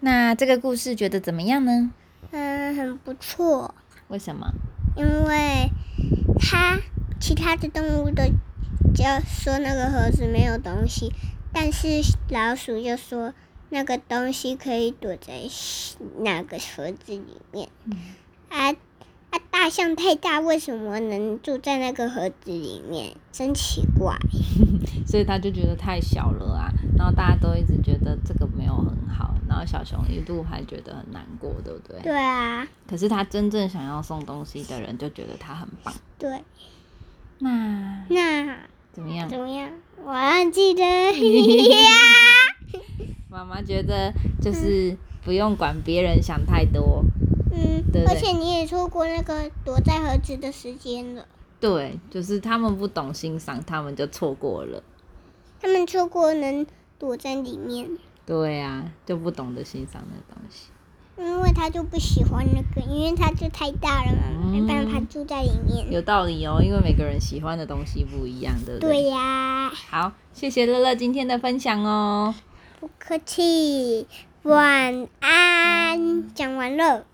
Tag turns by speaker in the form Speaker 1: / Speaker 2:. Speaker 1: 那这个故事觉得怎么样呢？
Speaker 2: 嗯，很不错，
Speaker 1: 为什么？
Speaker 2: 因为它其他的动物都只要说那个盒子没有东西，但是老鼠就说那个东西可以躲在那个盒子里面。
Speaker 1: 嗯
Speaker 2: 啊啊！大象太大，为什么能住在那个盒子里面？真奇怪。
Speaker 1: 所以他就觉得太小了啊，然后大家都一直觉得这个没有很好，然后小熊一度还觉得很难过，对不对？
Speaker 2: 对啊，
Speaker 1: 可是他真正想要送东西的人就觉得他很棒。
Speaker 2: 对。
Speaker 1: 那
Speaker 2: 那
Speaker 1: 怎么样
Speaker 2: 怎？么样？我忘记了。
Speaker 1: 妈妈觉得就是不用管别人想太多，
Speaker 2: 嗯
Speaker 1: 对，
Speaker 2: 而
Speaker 1: 对
Speaker 2: 且你也错过那个躲在盒子的时间了。
Speaker 1: 对，就是他们不懂欣赏，他们就错过了。
Speaker 2: 他们错过能躲在里面，
Speaker 1: 对啊，就不懂得欣赏那东西。
Speaker 2: 因为他就不喜欢那个，因为他就太大了嘛，
Speaker 1: 嗯
Speaker 2: 没办法住在里面。
Speaker 1: 有道理哦，因为每个人喜欢的东西不一样，对不
Speaker 2: 对
Speaker 1: 对？
Speaker 2: 呀、
Speaker 1: 好，谢谢乐乐今天的分享哦。
Speaker 2: 不客气。晚安，讲完了。